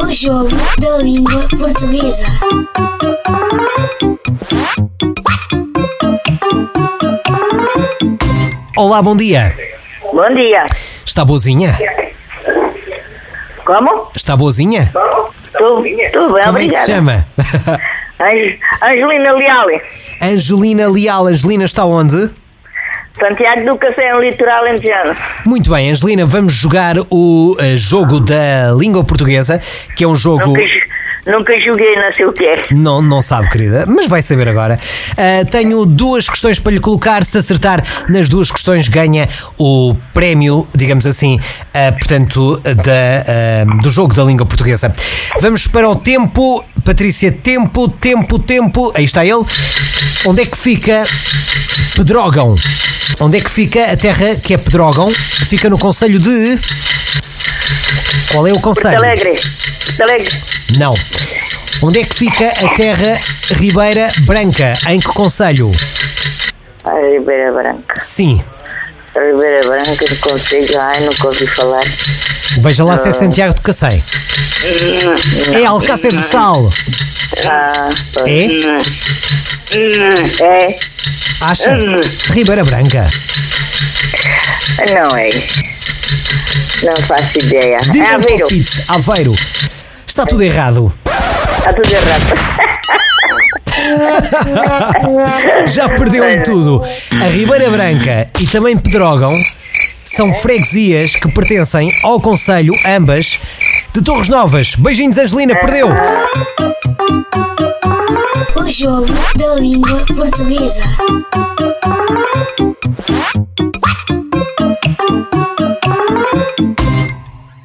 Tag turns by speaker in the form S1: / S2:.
S1: O jogo da língua portuguesa.
S2: Olá, bom dia.
S3: Bom dia.
S2: Está boazinha?
S3: Como?
S2: Está boazinha?
S3: Tudo
S2: Como é
S3: bem,
S2: que se
S3: obrigada.
S2: chama?
S3: Ange- Angelina Leal,
S2: Angelina Leal. Angelina está onde?
S3: Santiago do Cacém, litoral indiano.
S2: Muito bem, Angelina, vamos jogar o eh, jogo da língua portuguesa, que é um jogo.
S3: Nunca, ju- nunca joguei, não sei o que é.
S2: Não, não sabe, querida, mas vai saber agora. Ah, tenho duas questões para lhe colocar. Se acertar nas duas questões, ganha o prémio, digamos assim, ah, portanto, da, ah, do jogo da língua portuguesa. Vamos para o tempo. Patrícia, tempo, tempo, tempo. Aí está ele. Onde é que fica Pedrógão? Onde é que fica a terra que é Pedrógão? Fica no Conselho de. Qual é o
S3: Porto
S2: Conselho?
S3: Alegre. Porto Alegre.
S2: Não. Onde é que fica a terra Ribeira Branca? Em que conselho?
S3: A Ribeira Branca.
S2: Sim.
S3: A Ribeira Branca, não consigo. Ai, nunca ouvi falar.
S2: Veja lá se é Santiago do Cacém. É Alcácer do Sal.
S3: Ah, pois.
S2: É?
S3: É?
S2: Acha? Ribeira Branca.
S3: Não é. Não faço ideia. É
S2: Diga um
S3: Aveiro.
S2: palpite. Aveiro. Está tudo errado.
S3: Está tudo errado.
S2: Já perdeu em tudo. A Ribeira Branca e também Pedrógão são freguesias que pertencem ao Conselho, ambas, de Torres Novas. Beijinhos, Angelina. Perdeu.
S1: O jogo da língua portuguesa.